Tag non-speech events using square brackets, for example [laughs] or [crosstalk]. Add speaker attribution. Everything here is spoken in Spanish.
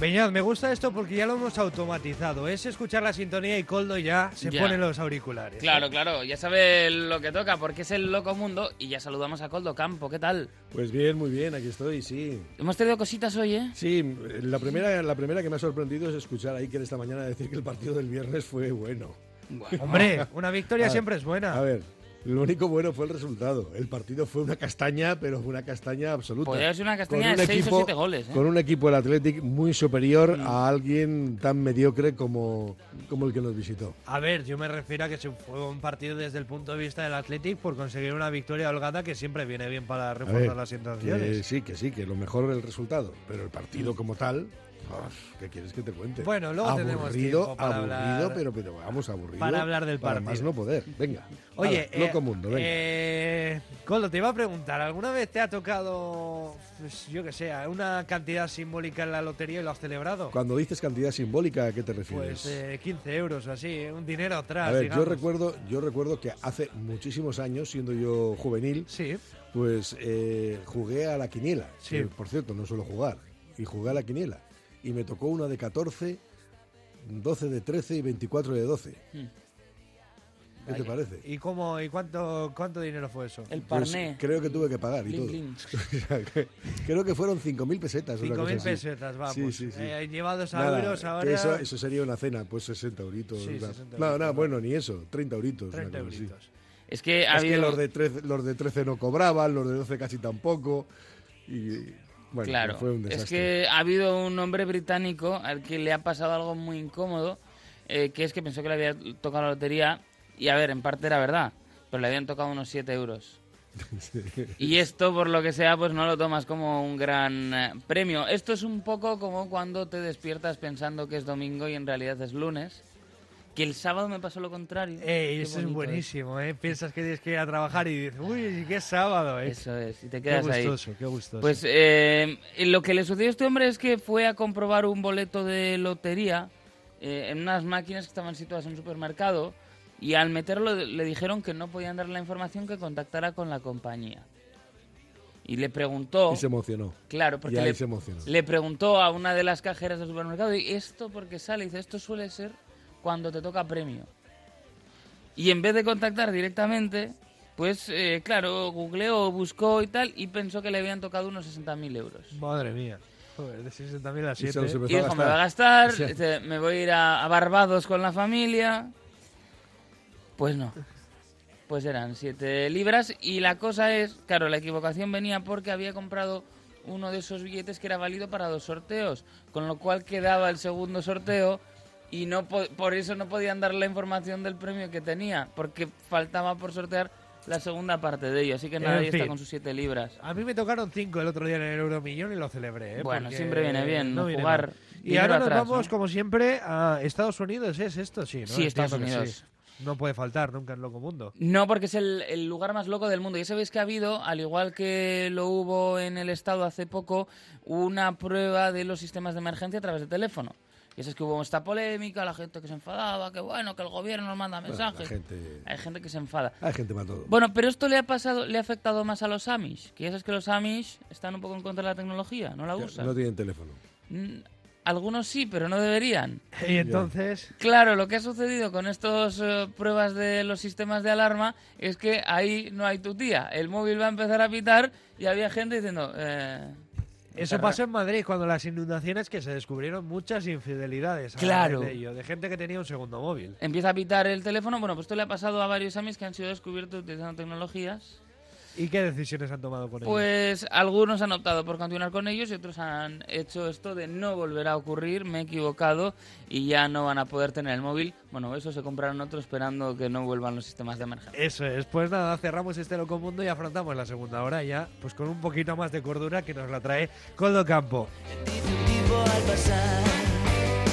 Speaker 1: Peñaz, me gusta esto porque ya lo hemos automatizado. Es escuchar la sintonía y Coldo ya se
Speaker 2: Ya.
Speaker 1: pone los auriculares.
Speaker 2: [laughs] Claro, claro, ya sabe lo que toca, porque es el loco mundo. Y ya saludamos a Coldo Campo, ¿qué tal?
Speaker 3: Pues bien, muy bien, aquí estoy, sí.
Speaker 2: Hemos tenido cositas hoy, ¿eh?
Speaker 3: Sí, la primera, la primera que me ha sorprendido es escuchar a Iker esta mañana decir que el partido del viernes fue bueno.
Speaker 2: Bueno,
Speaker 1: Hombre, una victoria
Speaker 3: [laughs] A ver,
Speaker 1: siempre es buena.
Speaker 3: A ver, lo único bueno fue el resultado. El partido fue una castaña, pero fue una castaña absoluta.
Speaker 2: Podría ser Pues una castaña
Speaker 3: Con un
Speaker 2: de seis o
Speaker 3: equipo-
Speaker 2: siete goles, ¿eh?
Speaker 3: Con un equipo del Athletic muy superior a alguien tan mediocre como, como el que nos visitó.
Speaker 1: A ver, yo me refiero a que se fue un partido desde el punto de vista del Athletic por conseguir una victoria holgada que siempre viene bien para
Speaker 3: A
Speaker 1: reforzar
Speaker 3: ver,
Speaker 1: las
Speaker 3: que
Speaker 1: intenciones.
Speaker 3: sí, que sí, que lo mejor el resultado, pero el partido como tal, uf, ¿qué quieres que te cuente?
Speaker 1: Mm. Bueno, luego tenemos
Speaker 3: aburrido,
Speaker 1: tiempo para
Speaker 3: aburrido,
Speaker 1: hablar-
Speaker 3: pero, pero vamos, aburrido.
Speaker 1: para hablar del
Speaker 3: para más
Speaker 1: partido.
Speaker 3: no poder.
Speaker 1: [laughs]
Speaker 3: Venga.
Speaker 1: Oye,
Speaker 3: hala, loco
Speaker 1: eh,
Speaker 3: mundo, venga.
Speaker 1: eh, Coldo, te iba a preguntar, ¿alguna vez te ha tocado, pues, yo que sé, una cantidad simbólica en la lotería y lo has celebrado?
Speaker 3: Cuando dices cantidad simbólica, ¿a qué te refieres?
Speaker 1: Pues eh, 15 euros o así, un dinero atrás,
Speaker 3: a ver, yo
Speaker 1: digamos.
Speaker 3: recuerdo, yo recuerdo que hace muchísimos años, siendo yo juvenil,
Speaker 1: Sí,
Speaker 3: Pues eh, jugué a la quiniela.
Speaker 1: Sí.
Speaker 3: que, por cierto, no suelo jugar. Y jugué a la quiniela. Y me tocó una de 14, 12 de 13 y 24 de 12.
Speaker 2: Hmm.
Speaker 3: ¿Qué te parece?
Speaker 1: ¿y, cómo, y cuánto, cuánto dinero fue eso?
Speaker 2: el
Speaker 3: Pues,
Speaker 2: parné.
Speaker 3: creo que tuve que pagar y
Speaker 2: Blin,
Speaker 3: todo.
Speaker 2: blin.
Speaker 3: [laughs] O sea, que- creo que fueron 5.000 pesetas. una
Speaker 1: 5.000
Speaker 3: cosa así.
Speaker 1: pesetas, vamos.
Speaker 3: Sí, sí, sí.
Speaker 1: Eh, llevados a
Speaker 3: Nada,
Speaker 1: euros
Speaker 3: que
Speaker 1: ahora...
Speaker 3: eso, eso sería una cena, pues 60 euritos.
Speaker 1: Sí,
Speaker 3: nada.
Speaker 1: 60
Speaker 3: no, no,
Speaker 1: euritos.
Speaker 3: bueno, ni eso, 30 euritos. una
Speaker 1: 30
Speaker 3: cosa así.
Speaker 1: euritos.
Speaker 2: Es que ha
Speaker 3: Es que
Speaker 2: habido...
Speaker 3: los de, 13, los de 13 no cobraban, los de 12 casi tampoco. Y bueno,
Speaker 2: claro,
Speaker 3: fue un
Speaker 2: es
Speaker 3: desastre.
Speaker 2: que ha habido un hombre británico al que le ha pasado algo muy incómodo, eh, que es que pensó que le había tocado la lotería, y a ver, en parte era verdad, pero le habían tocado unos 7
Speaker 3: [laughs]
Speaker 2: euros. Y esto, por lo que sea, pues no lo tomas como un gran eh, premio. Esto es un poco como cuando te despiertas pensando que es domingo y en realidad es lunes. Que el sábado me pasó lo contrario.
Speaker 1: Ey,
Speaker 2: Qué
Speaker 1: Eh, eso es
Speaker 2: bonito
Speaker 1: buenísimo, ¿eh? Piensas que tienes que ir a trabajar y dices, uy, qué sábado, ¿eh?
Speaker 2: Eso es, y te
Speaker 1: qué
Speaker 2: quedas ahí.
Speaker 1: gustoso, qué gustoso.
Speaker 2: Pues eh, lo que le sucedió a este hombre es que fue a comprobar un boleto de lotería eh, en unas máquinas que estaban situadas en un supermercado y al meterlo le dijeron que no podían dar la información que contactara con la compañía. Y le preguntó,
Speaker 3: Y se emocionó.
Speaker 2: claro,
Speaker 3: y
Speaker 2: porque
Speaker 3: ahí
Speaker 2: le,
Speaker 3: se emocionó.
Speaker 2: le preguntó a una de las cajeras del supermercado, ¿y esto porque sale? Y dice, esto suele ser cuando te toca premio. Y en vez de contactar directamente, pues eh, claro, googleó, buscó y tal, y pensó que le habían tocado unos 60.000 euros.
Speaker 1: Madre mía. Joder, de 60.000 a
Speaker 3: se
Speaker 1: 7.
Speaker 3: los empezó
Speaker 2: Y dijo, me va a gastar, este, me voy a ir a, a Barbados con la familia. Pues no. Pues eran 7 libras y la cosa es, claro, la equivocación venía porque había comprado uno de esos billetes que era válido para dos sorteos, con lo cual quedaba el segundo sorteo y no po- por eso no podían dar la información del premio que tenía, porque faltaba por sortear la segunda parte de ello, así que
Speaker 1: En
Speaker 2: nadie
Speaker 1: fin.
Speaker 2: está con sus 7 libras.
Speaker 1: A mí me tocaron 5 el otro día en el Euromillón y lo celebré, ¿eh?
Speaker 2: Bueno,
Speaker 1: Porque
Speaker 2: siempre viene bien
Speaker 1: no
Speaker 2: no
Speaker 1: viene
Speaker 2: jugar
Speaker 1: mal. Y
Speaker 2: dinero
Speaker 1: ahora nos
Speaker 2: atrás,
Speaker 1: vamos,
Speaker 2: ¿no?
Speaker 1: como siempre, a Estados Unidos, ¿es esto? Sí, ¿no?
Speaker 2: Sí, Estados
Speaker 1: Entiendo que
Speaker 2: Unidos.
Speaker 1: sí. No puede faltar nunca en Loco
Speaker 3: [laughs]
Speaker 1: Mundo.
Speaker 2: No, porque es el, el lugar más loco del mundo. Ya sabéis que ha habido, al igual que lo hubo en el Estado hace poco, una prueba de los sistemas de emergencia a través de teléfono. Y eso es que hubo esta polémica, la gente que se enfadaba, que bueno, que el gobierno nos manda
Speaker 3: Bueno, la
Speaker 2: mensajes.
Speaker 3: gente-
Speaker 2: Hay gente que se enfada.
Speaker 3: Hay gente para todo.
Speaker 2: Bueno, pero esto le ha pasado, le ha afectado más a los Amish, que ya sabes que los Amish están un poco en contra de la tecnología, no la
Speaker 3: Ya,
Speaker 2: usan.
Speaker 3: no tienen teléfono.
Speaker 2: Mm, Algunos sí, pero no deberían.
Speaker 1: Y entonces...
Speaker 2: Claro, lo que ha sucedido con estas pruebas de los sistemas de alarma es que ahí no hay tu tía. El móvil va a empezar a pitar y había gente diciendo... eh,
Speaker 1: Eso
Speaker 2: Terra-
Speaker 1: pasó en Madrid cuando las inundaciones que se descubrieron muchas infidelidades. a raíz
Speaker 2: Claro.
Speaker 1: De, ello, de gente que tenía un segundo móvil.
Speaker 2: Empieza a pitar el teléfono. Bueno, pues esto le ha pasado a varios amis que han sido descubiertos utilizando tecnologías.
Speaker 1: ¿Y qué decisiones han tomado con ello?
Speaker 2: Pues algunos han optado por continuar con ellos y otros han hecho esto de no volver a ocurrir, me he equivocado y ya no van a poder tener el móvil. Bueno, eso se compraron otros esperando que no vuelvan los sistemas de emergencia.
Speaker 1: Eso es, pues nada, cerramos este loco mundo y afrontamos la segunda hora ya, pues con un poquito más de cordura que nos la trae Coldo Campo.
Speaker 4: Bendito un tipo al pasar